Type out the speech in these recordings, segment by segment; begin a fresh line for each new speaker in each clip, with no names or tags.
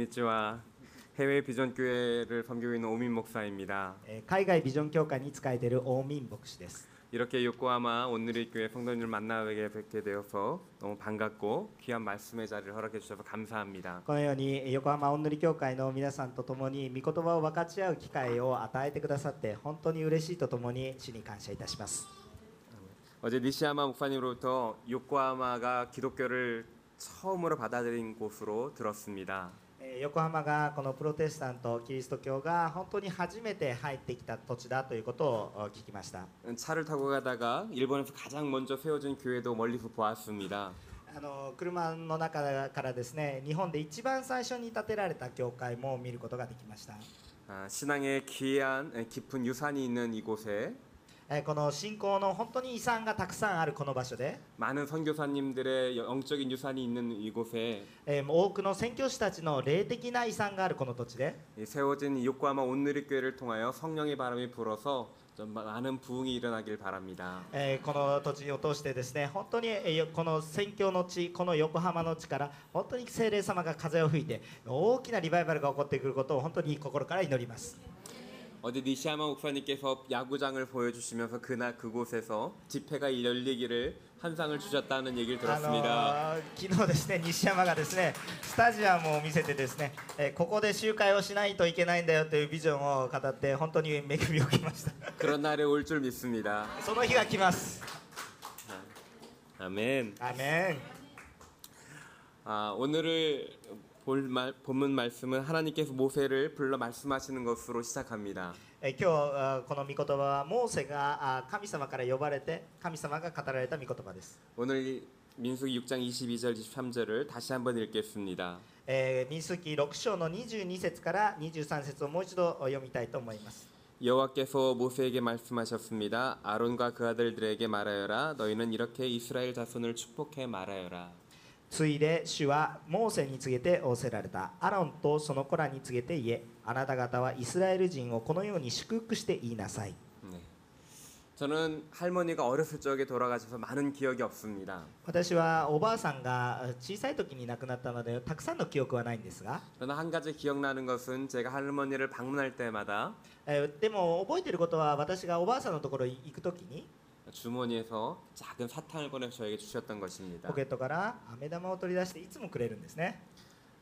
건니치와 해외 비전 교회를 섬기고 있는 오민 목사입니다.
えー海外ビジョン協会に仕えている大民牧師です。
이렇게 요코하마 온누리 교회 성도님을 만나게 뵙게 되어서 너무 반갑고 귀한 말씀의 자리를 허락해 주셔서 감사합니다.
このようにえー横浜御塗教会の皆さんと共に御言葉を分かち合う機会を与えてくださって本当に嬉しいとともに主に感謝いたします。
어제 니시야마 목사님으로부터 요코하마가 기독교를 처음으로 받아들인 곳으로 들었습니다.
えー横浜がこのプロテスタントキリスト教が本当に初めて入ってきた土地だということをお聞きました。
차를 타고 가다가 일본에서 가장 먼저 세워진 교회도 멀리서 보았습니다.
あの車の中からですね日本で一番最初に建てられた教会も見ることができました。
아, 신앙의 귀한 에, 깊은 유산이 있는 이곳에
えーこの信仰の本当に遺産がたくさんあるこの場所で
많은 선교사님들의 영적인 유산이 있는 이곳에
えーもう多くの宣教師たちの霊的な遺産があるこの土地で、
이 세워진 이 요코하마 온누리교회를 통하여 성령의 바람이 불어서 좀 마- 많은 부흥이 일어나길 바랍니다.
えーこの土地を通してですね本当に、えーよこの宣教の地この横浜の地から本当に聖霊様が風を吹いて大きなリバイバルが起こってくることを本当に心から祈ります、
어제 니시야마 목사님께서 야구장을 보여주시면서 그날 그곳에서 집회가 열리기를 한 상을 주셨다는 얘기를
あの
들었습니다.
ー昨日ですね西山がですねスタジアムを見せてですね、えーここで集会をしないといけないんだよというビジョンを語って本当に恵みを受けました
그런 날이 올 줄 믿습니다.
その日が来ます
아멘.
アメン
아, 오늘을 볼 말, 본문 말씀은 하나님께서 모세를 불러 말씀하시는 것으로 시작합니다.
えー今日あーこの御言葉はモーセがあー神様から呼ばれて神様が語られた御言葉です、
오늘 이- 민수기 6장 22절 23절을 다시 한번 읽겠습니다.
えー民数記6章の22節から23節をもう一度読みたいと思います、
여호와께서 모세에게 말씀하셨습니다. 아론과 그 아들들에게 말하여라. 너희는 이렇게 이스라엘 자손을 축복해 말하여라.
ついで主はモーセに告げて仰せられたアロンとその子らに告げて言えあなた方はイスラエル人をこのように祝福して言いなさい
네. 저는 할머니가 어렸을 적에 돌아가셔서 많은 기억이 없습니다.
私はおばあさんがあ小さい時に亡くなったのでたくさんの記憶はないんですが、
그러나 한 가지 기억나는 것은 제가 할머니를 방문할 때마다
えーでも覚えてることは私がおばあさんのところに行く時に
주머니에서 작은 사탕을 꺼내 저에게 주셨던 것입니다.
ポケットから飴玉を取り出していつもくれるんですね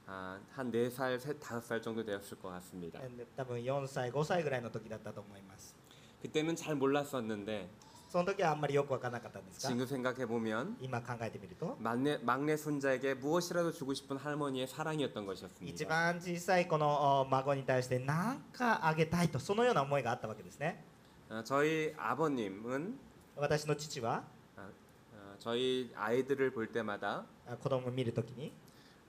아, 한 4살, 3, 5살 정도 되었을 것 같습니다.
多分4歳5歳ぐらいの時だったと思います
그때는 잘 몰랐었는데
その時はあんまりよく分からなかったんですが
지금 생각해 보면
今考えてみると
막내, 막내 손자에게 무엇이라도 주고 싶은 할머니의 사랑이었던
一
것이었습니다.
番小さいこのお孫に対して何かあげたいとそのような思いがあったわけですね
어, 저희 아버님은
私の父は
아, 어, 저희 아이들을 볼 때마다
あ子供を見る時に、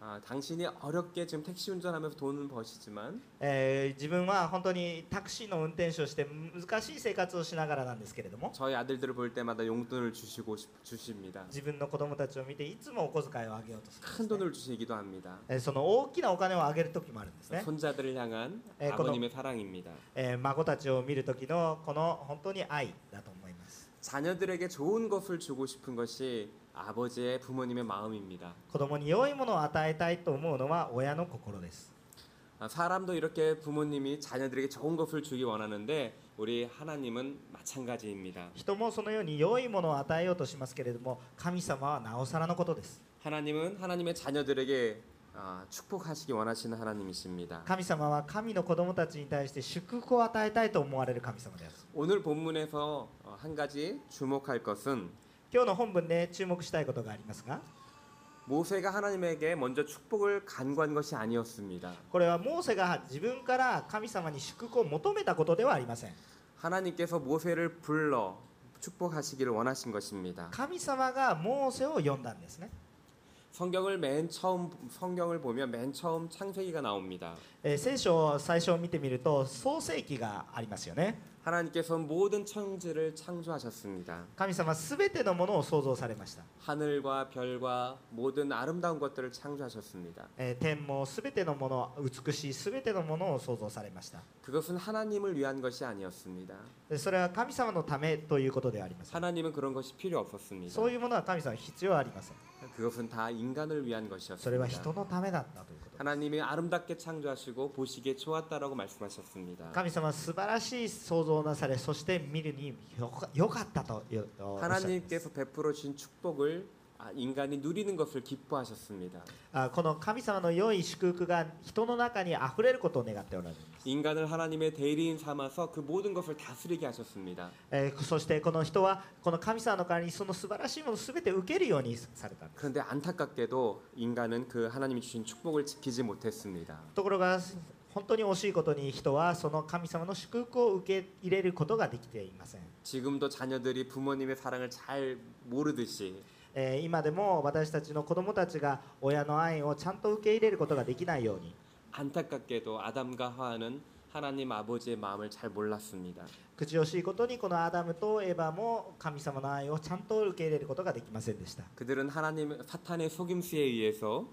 아, 당신이 어렵게 지금 택시 운전하면서 돈은 버시지만
えー自分は本当にタクシーの運転手をして難しい生活をしながらなんですけれども
저희 아들들을 볼 때마다 용돈을 주시고 싶- 주십니다.
自分の子供たちを見ていつもお小遣いをあげようとするんです
큰
ね
돈을 주시기도 합니다.
えーその大きなお金をあげる時もあるんですね
손자들을 향한
에, 그거-
아버님의 사랑입니다.
えー孫たちを見る時のこの本当に愛だと思います
자녀들에게 좋은 것을 주고 싶은 것이 아버지의 부모님의 마음입니다.
子供に良いものを与えたいと思うのは親の心です
아, 사람도 이렇게 부모님이 자녀들에게 좋은 것을 주기 원하는데 우리 하나님은 마찬가지입니다.
人もそのように良いものを与えようとしますけれども神様はなおさらのことです
하나님은 하나님의 자녀들에게 아, 축복하시기 원하시는 하나님이십니다.
神様は神の子供たちに対して祝福を与えたいと思われる神様です
오늘 본문에서 어, 한 가지 주목할 것은
今日の本文で注目したいことがありますが
모세가 하나님에게 먼저 축복을 간구한 것이 아니었습니다.
これはモーセが自分から神様に祝福を求めたことではありません
하나님께서 모세를 불러 축복하시기를 원하신 것입니다.
神様がモーセを呼んだんですね、
성경을 맨 처음 성경을 보면 맨 처음 창세기가 나옵니다.
えー聖書を最初を見てみると創世記がありますよね
하나님께서 모든 천지를 창조하셨습니다.
神様全てのものを創造されました、
하늘과 별과 모든 아름다운 것들을 창조하셨습니다.
えー天も全てのもの美しい全てのものを創造されました
그것은 하나님을 위한 것이 아니었습니다.
でそれは神様のためということではありません。
하나님은 그런 것이 필요 없었습니다.
そういうものは神様は必要ありません。
그것은 다 인간을 위한
それは人
것이었습니다.
のためだったということ
하나님이 아름답게 창조하시고 보시기에 좋았다라고 말씀하셨습니다.
神様は素晴らしい創造をなされそして見るによかよかったというおっしゃっています
하나님께서 베풀어 주신 축복을 아, 인간이 누리는 것을 기뻐하셨습니다.
あこの神様の良い祝福が人の中にあふれることを願っておられます
인간을 하나님의 대리인 삼아서 그 모든 것을 다스리게 하셨습니다.
えーそしてこの人はこの神様の代わりにその素晴らしいものを全て受けるようにされた
그런데 안타깝게도 인간은 그 하나님이 주신 축복을 지키지 못했습니다.
ところが本当に惜しいことに人はその神様の祝福を受け入れることができていません、
지금도 자녀들이 부모님의 사랑을 잘 모르듯이
えー今でも私たちの子供たちが親の愛をちゃんと受け入れることができないように
안타깝게도 아담과 하와는 하나님 아버지의 마음을 잘 몰랐습니다.
口惜しいことにこのアダムとエバも神様の愛をちゃんと受け入れることができませんでした、
그들은 하나님 사탄의 속임수에 의해서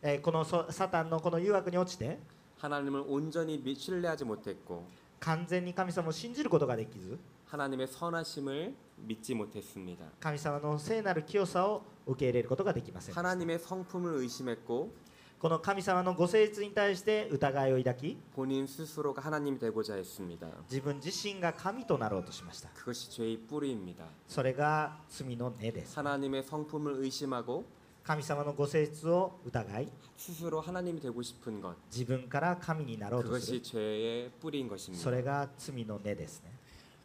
えーこのそサタンのこの誘惑に落ちて
하나님을 온전히 미- 신뢰하지 못했고
完全に神様を信じることができず
하나님의 선하심을 믿지 못했습니다.
神様の聖なる清さを受け入れることができませんでした
하나님의 성품을 의심했고
この神様のご聖律に対して疑いを抱き
본인 스스로가 하나님이 되고자 했습니다.
自分自身が神となろうとしました
그것이 죄의 뿌리입니다.
それが罪の根です
하나님의 성품을 의심하고
神様のご聖律を疑い
스스로 하나님이 되고 싶은 것
自分から神になろうと
그것이
する
죄의 뿌리인
そ
것입니다.
れが罪の根ですね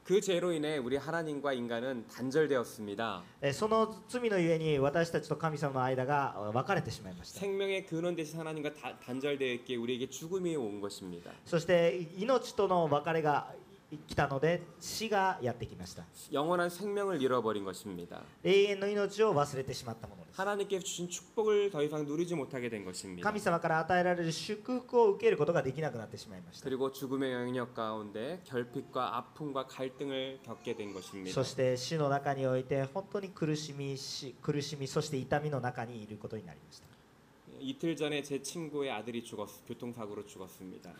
그 죄로 인해 우리 하나님과 인간은 단절되었습니다.
えその罪のゆえに私たちと神様の間が分かれてしまいました
생명의 근원 되신 하나님과 다- 단절되었기에 우리에게 죽음이 온 것입니다.
そして命との別れが来たので死がやってきました
영원한 생명을 잃어버린 것입니다.
永遠の命を忘れてしまったものです
하나님께서 주신 축복을 더 이상 누리지 못하게 된 것입니다.
神様から与えられる祝福を受けることができなくなってしまいました
그리고 죽음의 영역 가운데 결핍과 아픔과 갈등을 겪게 된 것입니다.
そして死の中において本当に苦しみし苦しみそして痛みの中にいることになりました
이틀 전에 제 친구의 아들이 죽었 교통사고로 죽었습니다.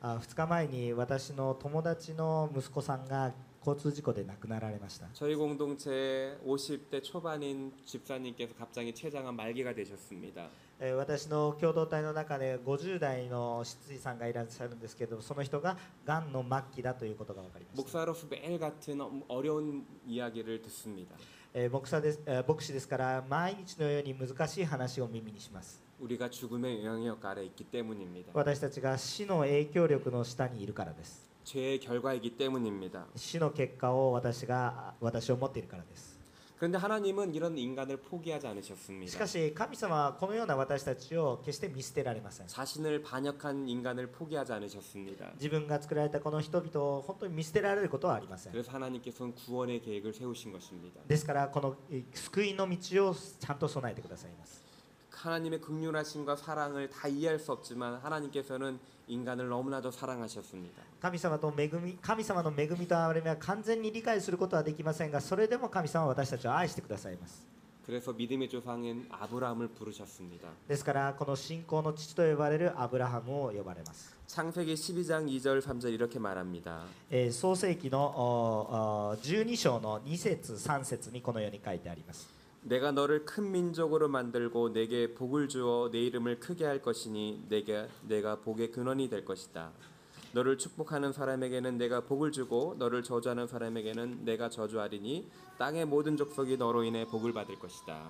あ2日前に私の友達の息子さんが交通事故で亡くなられました
저희 공동체 50대 초반인 집사님께서 갑자기 췌장암 말기가 되셨습니다.
えー私の共同体の中で50代の執事さんがいらっしゃるんですけどその人ががんの末期だということが分かりました、
목사로서 매일 같은 어- 어려운 이야기를 듣습니다.
えー牧者ですえー牧師ですから毎日のように難しい話を耳にします
우리가 죽음의 영향력 아래 있기 때문입니다.
私たちが死の影響力の下にいるからです
죄의 결과이기 때문입니다.
死の結果を私が私を持っているからです
그런데 하나님은 이런 인간을 포기하지
し
않으셨습니다.
かし神様はこのような私たちを決して見捨てられません
자신을 반역한 인간을 포기하지 않으셨습니다.
自分が作られたこの人々を本当に見捨てられることはありません
그래서 하나님께서는 구원의 계획을 세우신 것입니다.
ですからこのえ救いの道をちゃんと備えてくださいます、
하나님의 극률하심과 사랑을 다 이해할 수 없지만 하나님께서는 인간을 너무나도 사랑하셨습니다.
神様と恵み神様の恵みと憐れみは完全に理解することはできませんがそれでも神様は私たちを愛してくださいます
그래서 믿음의 조상인 아브라함을 부르셨습니다.
ですからこの信仰の父と呼ばれるアブラハムを呼ばれます、
창세기 12장 2절 3절 이렇게 말합니다.
えー創世紀のおーおー12章の2節3節にこのように書いてあります
내가 너를 큰 민족으로 만들고 내게 복을 주어 내 이름을 크게 할 것이니 내게 내가 복의 근원이 될 것이다. 너를 축복하는 사람에게는 내가 복을 주고 너를 저주하는 사람에게는 내가 저주하리니 땅의 모든 족속이 너로 인해 복을 받을 것이다.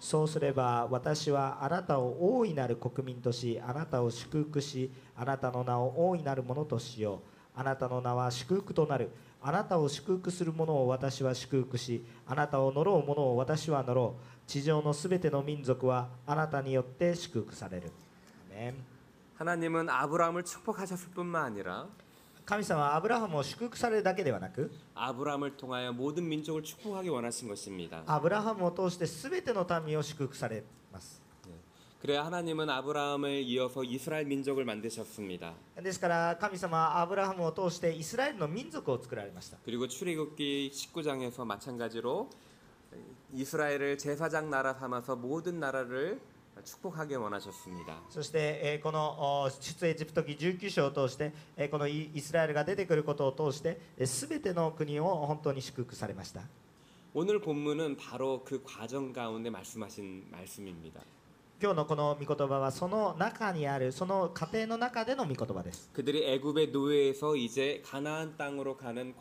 そうすれば私はあなたを大いなる国民としあなたを祝福しあなたの名を大いなるものとしようあなたの名は祝福となるあなたを祝福する者を私は祝福しあなたを呪う者を私は呪う地上のすべての民族はあなたによって祝福されるアーメン
하나님은 아브라함을 축복하셨을 뿐만 아니라
神様はアブラハムを祝福されるだけではなく
아브라함을 통하여 모든 민족을 축복하기 원하신 것입니다.
アブラハムを通してすべての民を祝福されます
그래야 하나님은 아브라함을 이어서 이스라엘 민족을 만드셨습니다.
ですから神様はアブラハムを通してイスラエルの民族を作られました
그리고 출애굽기 19장에서 마찬가지로 이스라엘을 제사장 나라 삼아서 모든 나라를 축복하게 원하셨습니다.
そして、えーこのお出エジプト記19章を通して、えーこのイイスラエルが出てくることを通してすべ、全ての国を本当に祝福されました
오늘 본문은 바로 그 과정 가운데 말씀하신 말씀입니다.
今日のこの御言葉はその中にあるその過程の中での御言葉です
그들이 애굽의 노예에서 이제 가나안 땅으로 가는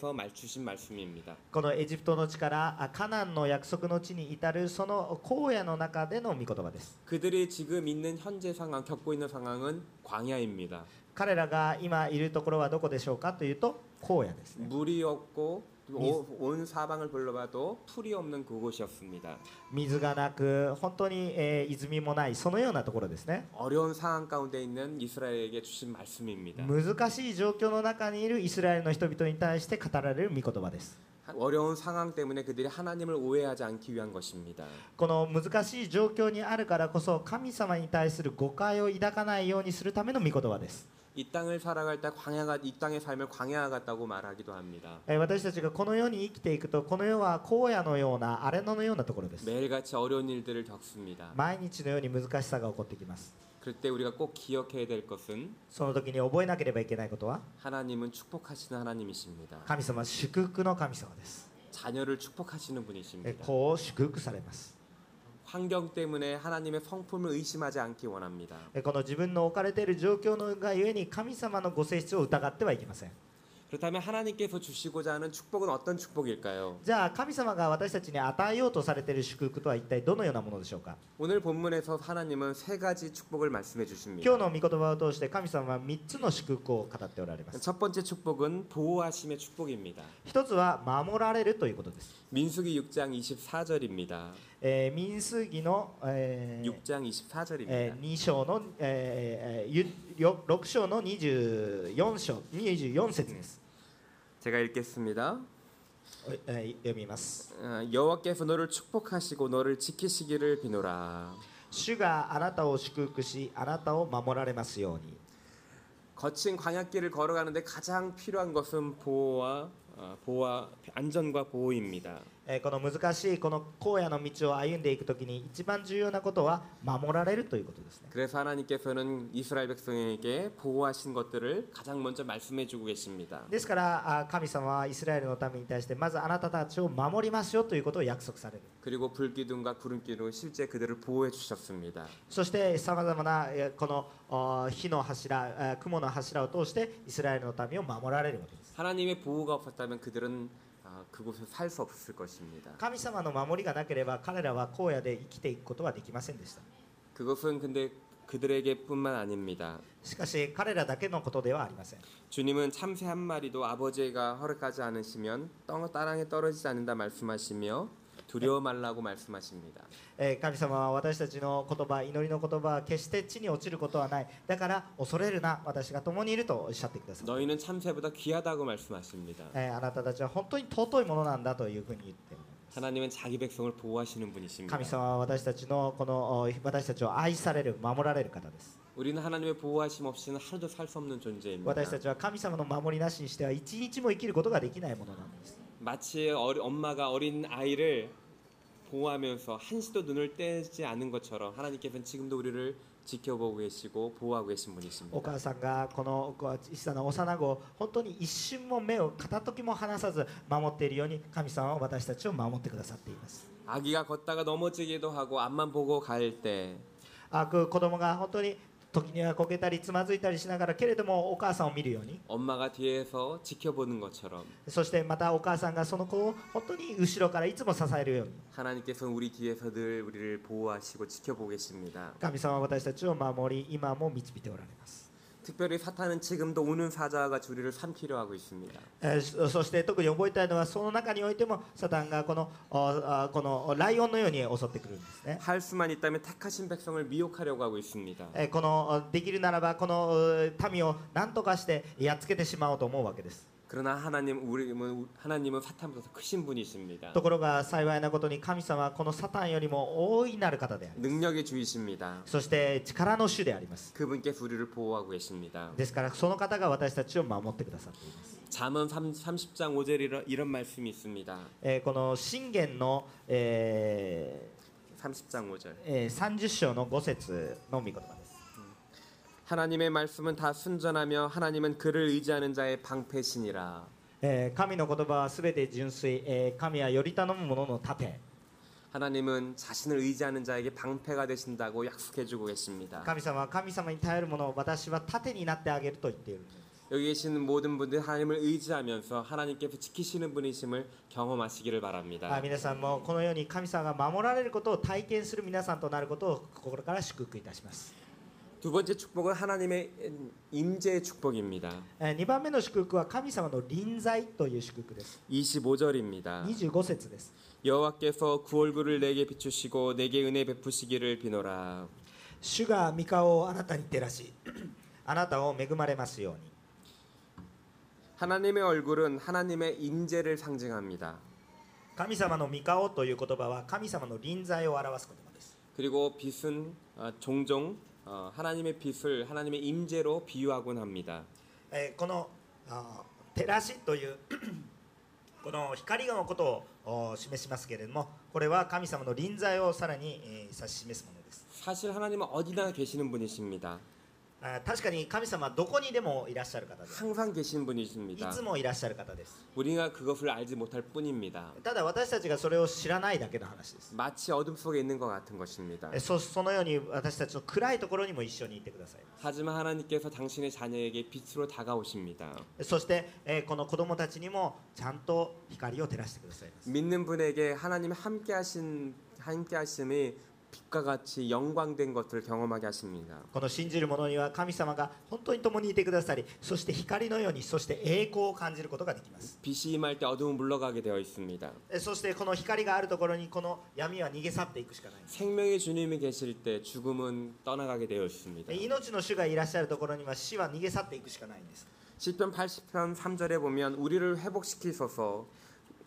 광야에서 말주신 말씀입니다.
このエジプトの地からあカナンの約束の地に至るその荒野の中での御言葉です
그들이 지금 있는 현재 상황, 겪고 있는 상황은 광야입니다.
彼らが今いるところはどこでしょうかというと荒野ですね
물이 없고 오- 온 사방을 둘러봐도 풀이 없는 그곳이었습니다.
水がなく本当に、えー泉もないそのようなところですね
어려운 상황 가운데 있는 이스라엘에게 주신 말씀입니다.
難しい状況の中にいるイスラエルの人々に対して語られる御言葉です
어려운 상황 때문에 그들이 하나님을 오해하지 않기 위한 것입니다.
この難しい状況にあるからこそ神様に対する誤解を抱かないようにするための御言葉です
이 땅을 살아갈 때 광야가 이 땅의 삶을 광야 같다고 말하기도 합니다.
えー私たちがこの世に生きていくとこの世は荒野のような荒れ野のようなところです
매일같이 어려운 일들을 겪습니다.
毎日のように難しさが起こってきます
그때 우리가 꼭 기억해야 될 것은
その時に覚えなければいけないことは
하나님은 축복하시는 하나님이십니다.
神様は祝福の神様です
자녀를 축복하시는
え
분이십니다.
子を祝福されます
환경 때문에 하나님의 성품을 의심하지 않기 원합니다.
えこの自分の置かれている状況のがゆえに神様のご性質を疑ってはいけません
그렇다면 하나님께서 주시고자 하는 축복은 어떤 축복일까요?
じゃあ神様が私たちに与えようとされている祝福とは一体どのようなものでしょうか
오늘 본문에서 하나님은 세 가지 축복을 말씀해
今
주십니다.
日の御言葉を通して神様は3つの祝福を語っておられます
첫 번째 축복은 보호하심의 축복입니다.
一つは守られるということです、
민수기 6장 24절입니다.
えー民数記の、え
6장 24절입니다.
2章の、え6章の24章24節です、
제가 읽겠습니다.
えー読みます
어, 여호와께서 너를 축복하시고 너를 지키시기를 비노라.
主があなたを祝福しあなたを守られますように
거친 광약길을 걸어가는데 가장 필요한 것은 보호와 어, 보호와 안전과 보호입니다.
えーこの難しいこの荒野の道を歩んでいくときに一番重要なことは守られるということですね
그래서 하나님께서는 이스라엘 백성에게 보호하신 것들을 가장 먼저 말씀해주고 계십니다.
ですからあ神様はイスラエルのために対してまずあなたたちを守りますよということを約束される
그리고 불기둥과 구름기로 실제 그들을 보호해 주셨습니다.
そしてさまざまなえーこのあ火の柱えー雲の柱を通してイスラエルの民を守られるわけです
하나님의 보호가 없었다면 그들은 아, 그곳에 살 수 없을 것입니다.
神様の守りがなければ彼らは荒野で生きていくことはできませんでした
그것은 근데 그들에게뿐만 아닙니다.
しかし彼らだけのことではありません
주님은 참새 한 마리도 아버지가 허락하지 않으시면 땅 땅에 떨어지지 않는다 말씀하시며 두려워 말라고 말씀하십니다.
えー神様は私たちの言葉祈りの言葉は決して地に落ちることはないだから恐れるな私が共にいるとおっしゃってください、
너희는 참새보다 귀하다고 말씀하십니다.
えーあなたたちは本当に尊いものなんだというふうに言っております
하나님은 자기 백성을 보호하시는
神
분이십니다.
様は私たちのこのお私たちを愛される守られる方です
우리는 하나님의 보호하심 없이는 하루도 살 수 없는 존재입니다.
私たちは神様の守りなしにしては一日も生きることができないものなんです
마치 어리- 엄마가 어린 아이를 보호하면서 한시도 눈을 떼지 않은 것처럼 하나님께서는 지금도 우리를 지켜보고 계시고 보호하고 계신
お
분이십니다.
母さんがこのこう小さな幼子を本当に一瞬も目を片時も離さず守っているように神様は私たちを守ってくださっています
아기가 걷다가 넘어지기도 하고 앞만 보고 갈 때
あく子供が本当に時にはこけたりつまずいたりしながらけれどもお母さんを見るように
엄마가 뒤에서 지켜보는 것처럼
そしてまたお母さんがその子を本当に後ろからいつも支えるように
하나님께서는 우리 뒤에서 늘 우리를 보호하시고 지켜보고 계십니다.
神様は私たちを守り今も導いておられます、
특별히 사탄은 지금도 우는 사자와 같이 우리를 삼키려 하고 있습니다.
えーそそして特に覚えたいのはその中においてもサタンがこのおあこのライオンのように襲ってくるんですね、
할 수만 있다면 택하신 백성을 미혹하려고 하고 있습니다.
えーこのおできるならばこのお民を何とかしてやっつけてしまおうと思うわけです
그러나 하나님 우리는 하나님은 사탄보다 더 크신 분이십니다.
ところが幸いなことに神様はこのサタンよりも大いなる方である
능력의 주이십니다.
そして力の主であります
그분께서 우리를 보호하고 계십니다.
ですからその方が私たちを守ってくださっています、
잠언 3 30장 5절 이런, 이런 말씀이 있습니다.
えーこの信玄の、え
30장 5절.
ーえー30章の5節の御言葉です、
하나님의 말씀은 다 순전하며 하나님은 그를 의지하는 자의 방패시니라.
えー神の言葉はすべて純粋、えー神はより頼む者の盾
하나님은 자신을 의지하는 자에게 방패가 되신다고 약속해 주고 계십니다.
神様は神様に頼る者を私は盾になってあげると言っている
여기 계시는 모든 분들 하나님을 의지하면서 하나님께서 지키시는 분이심을 경험하시기를
あ
바랍니다.
皆さんもこのように神様が守られることを体験する皆さんとなることを心から祝福いたします、
두 번째 축복은 하나님의 임재의 축복입니다.
え2番目の祝福は神様の臨在という祝福です
25절입니다.
25節です
여호와께서 그 얼굴을 내게 비추시고 내게 은혜 베푸시기를 비노라.
主が御顔をあなたに照らし あなたを恵まれますように
하나님의 얼굴은 하나님의 임재를 상징합니다.
神様の御顔という言葉は神様の臨在を表す言葉です
그리고 빛은 어, 종종 어, 하나님의 빛을 하나님의 임재로 비유하곤 합니다.
えーこのあー照らしという この光のことをお示しますけれどもこれは神様の臨在をさらに、えー指し示すものです
사실 하나님은 어디나 계시는 분이십니다.
あー確かに神様はどこにでもいらっしゃる方です
항상 계신
い
분이십니다.
つもいらっしゃる方です
우리가 그것을 알지 못할 뿐입니다.
ただ私たちがそれを知らないだけの話です
마치 어둠 속에 있는 것 같은 것입니다.
えそそのように私たちの暗いところにも一緒にいてください
하지만 하나님께서 당신의 자녀에게 빛으로 다가오십니다.
そして、えーこの子供たちにもちゃんと光を照らしてくださいます
믿는 분에게 하나님 함께 하신 함께 하심이 빛과 같이 영광된 것을 경험하게 하십니다.
この信じる者には神様が本当に共にいてくださりそして光のようにそして栄光を感じることができます
빛이 임할 때 어둠은 물러가게 되어 있습니다.
えそしてこの光があるところにこの闇は逃げ去っていくしかないんです
생명의 주님이 계실 때 죽음은 떠나가게 되어 있습니다.
え命の主がいらっしゃるところには死は逃げ去っていくしかないんです
시편 80편 3절에 보면 우리를 회복시키소서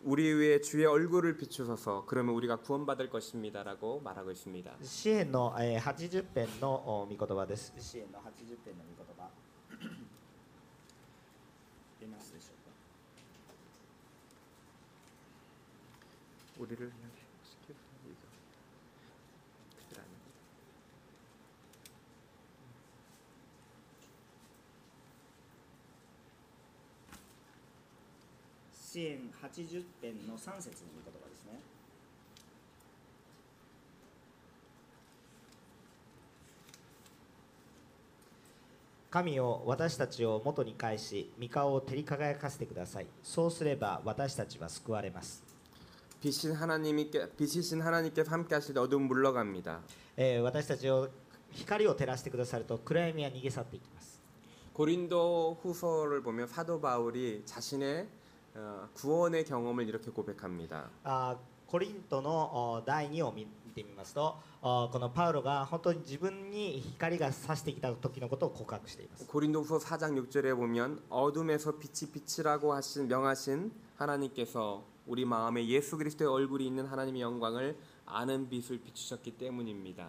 우리 위에 주의 얼굴을 비추소서 그러면 우리가 구원받을 것입니다라고 말하고 있습니다.
支援の、えー、80編のお御言葉です支援の80編の御言葉 出ますでしょうか
우리를 회복시키소서 그들 아닙니다.
支援80編の3節の言葉ですね
神を私たちを元に返し御顔を照り輝かせてくださいそうすれば私たちは救われます、
빛인 하나님이 빛이신 하나님께서 함께 하실 때 어둠 물러갑니다.
えー私たちを光を照らしてくださると暗闇は逃げ去っていきます
고린도 후서를 보면 사도 바울이 자신의 어, 구원의 경험을 이렇게 고백합니다.
あーコリントのお第2を見見てみますとおこのパウロが本当に自分に光が差してきた時のことを告白しています
고린도후서 4장 6절에 보면 어둠에서 빛이 빛이라고 하신 명하신 하나님께서 우리 마음에 예수 그리스도의 얼굴이 있는 하나님의 영광을 아는 빛을 비추셨기 때문입니다.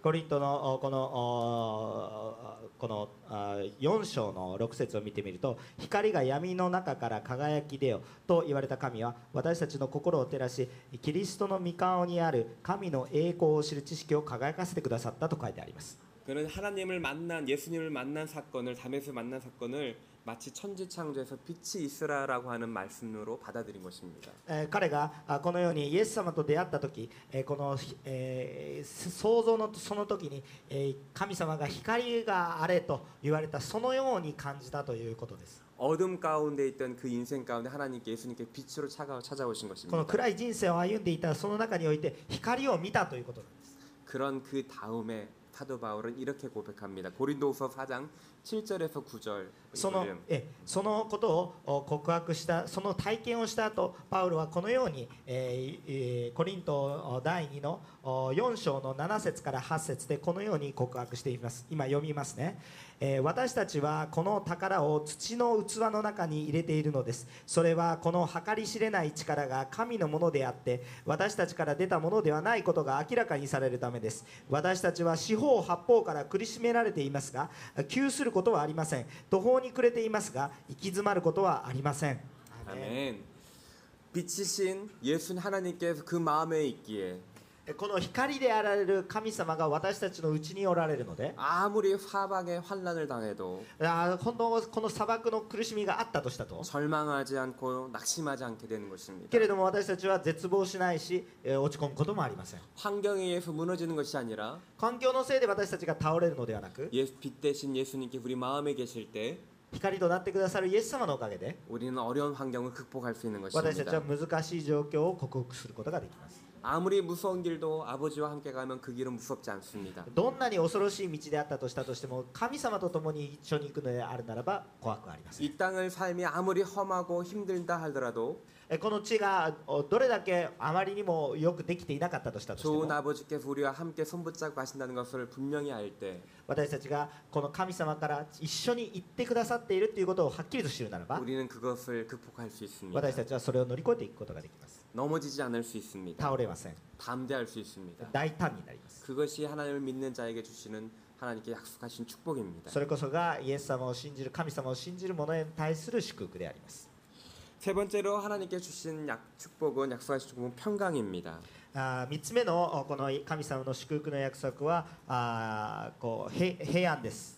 コリントのおこのおこのあ4章の6節を見てみると「光が闇の中から輝き出よ」と言われた神は私たちの心を照らしキリストの御顔にある神の栄光を知る知識を輝かせてくださったと書いてあります。
그는 하나님을 만난 예수님을 만난 사건을 담에서 만난 사건을 마치 천지 창조에서 빛이 있으라라고 하는 말씀으로 받아들인 것입니다.
えー彼があこのようにイエス様と出会った時、えーこの、えー創造のその時に、えー神様が光があれと言われたそのように感じたということです。
어둠 가운데 있던 그 인생 가운데 하나님께 예수님께 빛으로 차가 찾아오신
こ
것입니다.
の暗い人生を歩んでいたその中において光を見たということなんです
그런 그 다음에 사도 바울은 이렇게 고백합니다. 고린도후서 4장 7절에서 9절.
そのえそのことをお告白したその体験をした後パウロはこのように、えーえーコリントお第2のお4章の7節から8節でこのように告白しています今読みますね、えー私たちはこの宝を土の器の中に入れているのですそれはこの計り知れない力が神のものであって私たちから出たものではないことが明らかにされるためです私たちは四方八方から苦しめられていますが窮することはありません途方に暮れていますが行き詰まることはありませんアーメン
아멘. 빛이신 예수 하나님께서 그 마음에 있기에
この光であられる神様が私たちのうちにおられるので
아무리 화박에 환란을 당해도
あーこのこの砂漠の苦しみがあったとしたと
절망하지 않고 낙심하지 않게 되는 것입니다.
けれども私たちは絶望しないし、えー落ち込むこともありません
환경에 의해서 무너지는 것이 아니라
環境のせいで私たちが倒れるのではなく
예, 빛 대신 예수님께 우리 마음에 계실 때
光となってくださるイエス様のおかげで
우리는 어려운 환경을 극복할 수 있는
私たちは
것입니다.
難しい状況を克服することができます
아무리 무서운 길도 아버지와 함께 가면 그 길은 무섭지 않습니다.
どんなに恐ろしい道であったとしたとしても神様と共に一緒に行くのであるならば怖くはありません
이 땅을 삶이 아무리 험하고 힘들다 하더라도
えこの地がおどれだけあまりにもよくできていなかったとしたとして
좋은
も
아버지께서 뭐? 우리와 함께 손붙잡고 가신다는 것을 분명히 알 때
私たちがこの神様から一緒に行ってくださっているということをはっきりと知るならば
우리는 그것을 극복할 수 있습니다.
私たちはそれを乗り越えていくことができます
넘어지지 않을 수 있습니다.
倒れません
담대할 수 있습니다.
大胆になります
그것이 하나님을 믿는 자에게 주시는 하나님께 약속하신 축복입니다.
それこそがイエス様を信じる神様を信じる者に対する祝福であります
세 번째로 하나님께 주신 약 축복은 약속하신 축복은 평강입니다.
あ3つ目のおこの神様の祝福の約束はあーこうへ平安です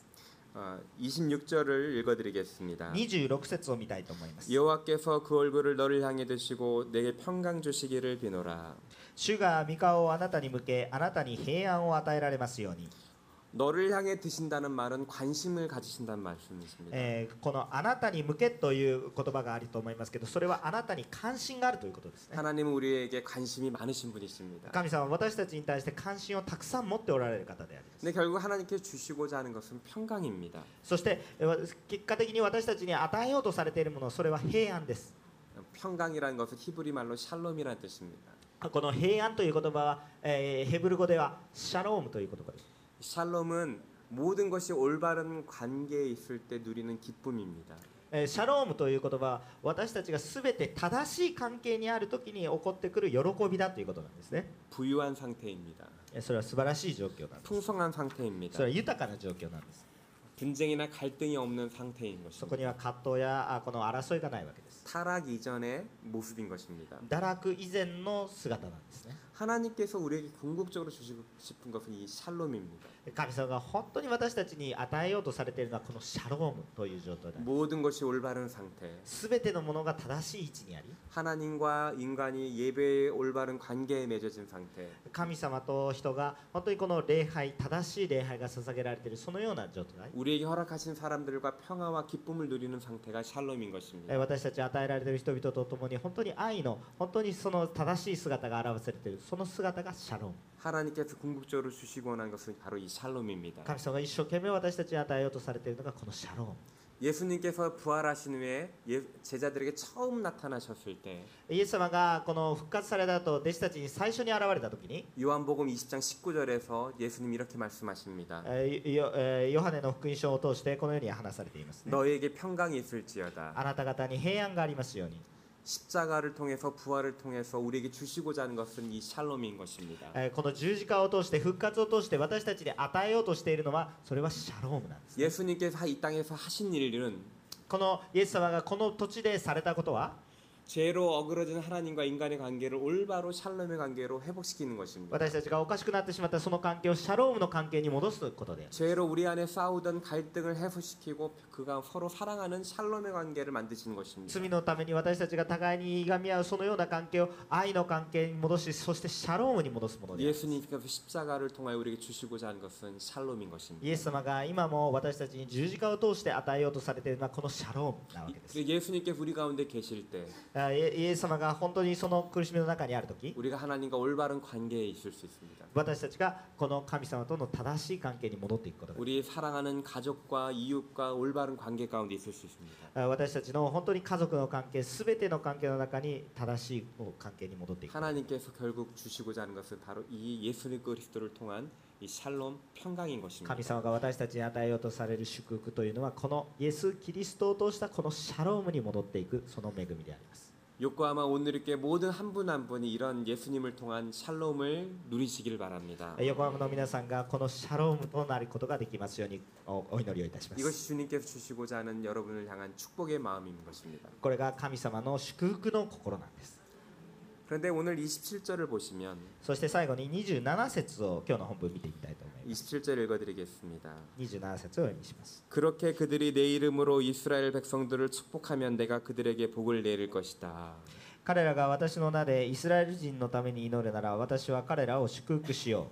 어, 26절을 읽어드리겠습니다.
26節を見たいと思います
여호와께서 그 얼굴을 너를 향해 드시고 내게 평강 주시기를 비노라.
主が御顔をあなたに向けあなたに平安を与えられますように、
너를 향해 드신다는 말은 관심을 가지신다는 말씀이십니다.
えーこの「あなたに向け」という言葉があると思いますけどそれはあなたに関心があるということですね
하나님은 우리에게 관심이 많으신 분이십니다.
神様は私たちに対して関心をたくさん持っておられる方であります
근데 결국 하나님께 주시고자 하는 것은 평강입니다.
そしてえーわ結果的に私たちに与えようとされているものそれは平安です
평강이라는 것은 히브리 말로 샬롬이라는 뜻입니다.
この平安という言葉は、えーヘブル語ではシャロームという言葉です
샬롬은 모든 것이 올바른 관계에 있을 때 누리는 기쁨입니다.
えーシャロームという言葉は私たちが全て正しい関係にある時に起こってくる喜びだということなんですね
부유한 상태입니다.
えーそれは素晴らしい状況なんです
풍성한
それ
상태입니다.
は豊かな状況なんです
분쟁이나 갈등이 없는 상태인
そこ
것입니다.
には葛藤やあこの争いがないわけです
타락 이전의 모습인 것입니다.
堕落以前の姿なんですね
하나님께서 우리에게 궁극적으로 주시고 싶은 것은 이 샬롬입니다.
神様が本当に私たちに与えようとされているのはこのシャロームという状態だ
모든 것이 올바른 상태.
全てのものが正しい位置にあり
하나님과 인간이 예배의 올바른 관계에 맺어진 상태.
神様と人が本当にこの礼拝正しい礼拝が捧げられているそのような状態
우리에게 허락하신 사람들과 평화와 기쁨을 누리는 상태가 샬롬인
えー
것입니다.
私たち与えられている人々と共に本当に愛の本当にその正しい姿が表されているその姿がシャローム
하나님께서 궁극적으로 주시고 원한 것은 바로 이 샬롬입니다.
神様が一生懸命私たちに与えようとされているのがこのシャローム
예수님께서 부활하신 후에 예- 제자들에게 처음 나타나셨을 때
イエス様がこの復活された後弟子たちに最初に現れた時に
요한복음 20장 19절에서 예수님 이렇게 말씀하십니다.
えーよえーヨハネの福音書を通してこのように話されていますね
너에게 평강이 있을지어다.
あなた方に平安がありますように、
십자가를 통해서 부활을 통해서 우리에게 주시고자 하는 것은 이 샬롬인 것입니다.
えーこの十字架を通して復活を通して私たちに与えようとしているのはそれはシャロームなんです、
예수님께서 이 땅에서 하신 일은
このイエス様がこの土地でされたことは
죄로 어그러진 하나님과 인간의 관계를 올바로 샬롬의 관계로 회복시키는 것입니다.
私たちがおかしくなってしまったその関係をシャロームの関係に戻すことで
죄로 우리 안에 싸우던 갈등을 해소시키고 그가 서로 사랑하는 샬롬의 관계를 만드시는 것입니다.
罪のために私たちが互いにいがみ合うそのような関係を愛の関係に戻しそしてシャロームに戻すものであります
예수님께서 십자가를 통하여 우리에게 주시고자 하는 것은 샬롬인 것입니다.
イエス様が今も私たちに十字架を通して与えようとされているのはこのシャロームなわけです
그리고 예수님께서 우리 가운데 계실 때
あイエイエス様が本当にその苦しみの中にある時
우리가 하나님과 올바른 관계에 있을 수 있습니다.
私たちがこの神様との正しい関係に戻っていくことが
우리 사랑하는 가족과 이웃과 올바른 관계 가운데 있을 수 있습니다.
あ私たちの本当に家族の関係全ての関係の中に正しい関係に戻っていく
하나님께서 결국 주시고자 하는 것은 바로 이 예수님 그리스도를 통한 이 샬롬 평강인
神
것입니다.
様が私たちに与えようとされる祝福というのはこのイエス・キリストを通したこのシャロームに戻っていくその恵みであります、
요코하마 온누리교회 모든 한 분 한 분이 이런 예수님을 통한 샬롬을 누리시길 바랍니다.
え横浜の皆さんがこのシャロームとなることができますようにおお祈りをいたします
이것이 주님께서 주시고자 하는 여러분을 향한 축복의 마음인 것입니다.
これが神様の祝福の心なんで
하나님께서
す
그런데 오늘 27절을 보시면
そして最後に27節を今日の本文見ていきたいと思います
27절 읽어드리겠습니다.
27節を読みします
그렇게 그들이 내 이름으로 이스라엘 백성들을 축복하면 내가 그들에게 복을 내릴 것이다.
彼らが私の名でイスラエル人のために祈るなら私は彼らを祝福しよ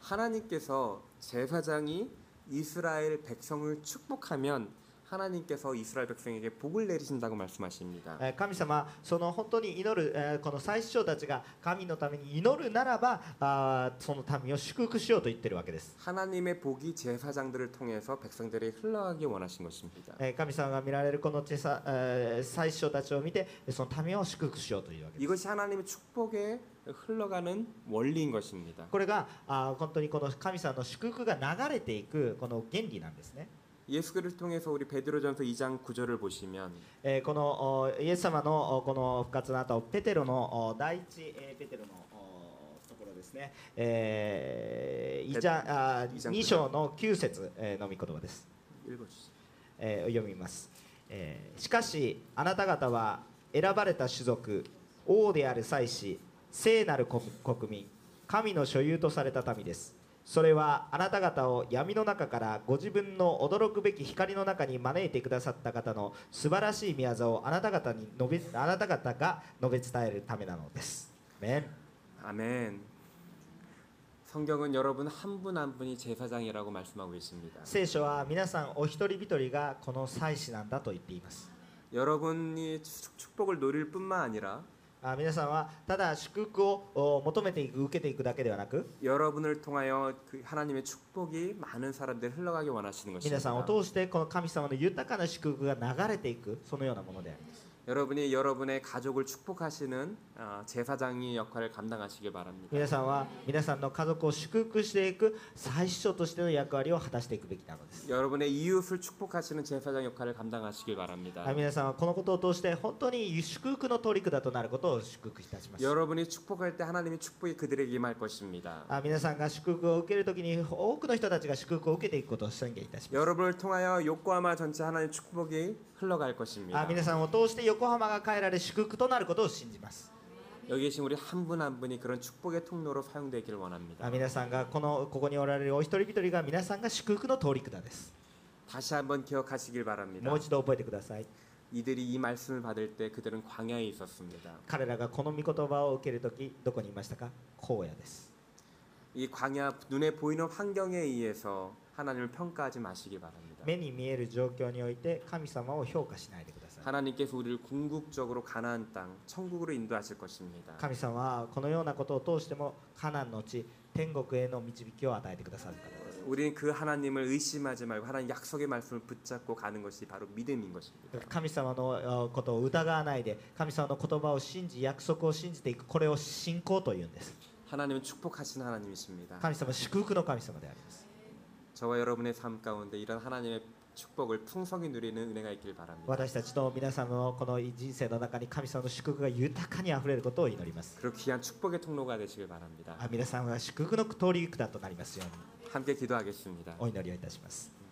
하나님께서 제사장이 이스라엘 백성을 축복하면 하나님께서 이스라엘 백성에게 복을 내리신다고
う
말씀하십니다.
えー神様その本当に祈るえーこの最首長たちが神のために祈るならばあーその民を祝福しようと言ってるわけです
하나님의 복이 제사장들을 통해서 백성들이 흘러가기 원하신 것입니다.
えー神様が見られるこの小さえー最首長たちを見てその民を祝福しようというわけです
이것이 하나님의 축복에 흘러가는 원리인 것입니다.
これがあー本当にこの神様の祝福が流れていくこの原理なんですね
예수를 통해서 우리 베드로전서 2장 9절을 보시면
えーこのおイエス様のおこの復活の後ペテロのお第一、えーペテロのおところですね、えー、
ペ
イチャあ
イチャン
2章の9節、えーの御言葉です、
읽어주세요.
えー読みます、えーしかしあなた方は選ばれた種族王である祭司聖なる国国民神の所有とされた民ですそれはあなた方を闇の中からご自分の驚くべき光の中に招いてくださった方の素晴らしい宮座をあなた方に述べあなた方が述べ伝えるためなのです。アーメン
아멘. 성경은 여러분 한 분 한 분이 제사장이라고 말씀하고 계십니다.
聖書は皆さんお一人一人がこの祭司なんだと言っています。
여러분이 축- 축복을 노릴 뿐만 아니라
あ皆さんはただ祝福をお求めていく受けていくだけではなく
여러분을 통하여 그 하나님의 축복이 많은 사람들 흘러가게 원하시는
皆さんを
것입니다.
通してこの神様の豊かな祝福が流れていくそのようなものであります
여러분이 여러분의 가족을 축복하시는 아, 제사장의 역할을 감당하시길 바랍니다.
皆さんは皆さんの家族を祝福していく最初としての役割を果たしていくべきなのです
여러분의 이웃을 축복하시는 제사장 역할을 감당하시길 바랍니다.
皆さんはこのことを通して本当に祝福の取り札となることを祝福いたします
여러분이 축복할 때 하나님의 축복이 그들에게 임할 것입니다.
あ皆さんが祝福を受けるときに多くの人たちが祝福を受けていくことを宣言いたします
여러분을 통하여 요코하마 전체 하나님의 축복이 흘러갈
あ
것입니다.
皆さんを通して横浜が変えられ祝福となることを信じます
여기 계신 우리 한 분 한 분이 그런 축복의 통로로 사용되기를 원합니다.
あ皆さんがこのここにおられるお一人一人が皆さんが祝福の通り札です
다시 한번 기억하시길 바랍니다.
もう一度覚えてください
이들이 이 말씀을 받을 때 그들은 광야에 있었습니다.
彼らがこの御言葉を受けるときどこにいましたか荒野です
이 광야 눈에 보이는 환경에 의해서 하나님을 평가하지 마시기 바랍니다.
目に見える状況において神様を評価しないでください
하나님께서 우리를 궁극적으로 가나안 땅, 천국으로 인도하실 것입니다.
神様はこのようなことを通してもカナンの地天国への導きを与えてくださる方です
우리는 그 하나님을 의심하지 말고 하나님 약속의 말씀을 붙잡고 가는 것이 바로 믿음인 것입니다.
神様のえことを疑わないで神様の言葉を信じ約束を信じていくこれを信仰というんです
하나님은 축복하신 하나님이십니다.
神様は祝福の神様であります
저와 여러분의 삶 가운데 이런 하나님의 축복을 풍성히 누리는 은혜가 있길 바랍니다.
私たちと皆様のこの人生の中に神様の祝福が豊かにあふれることを祈ります。
그리고 귀한 축복의 통로가 되시길
아-
바랍니다.
あ皆さんは祝福の通り行くだとなりますように
함께 기도하겠습니다.
お祈りをいたします。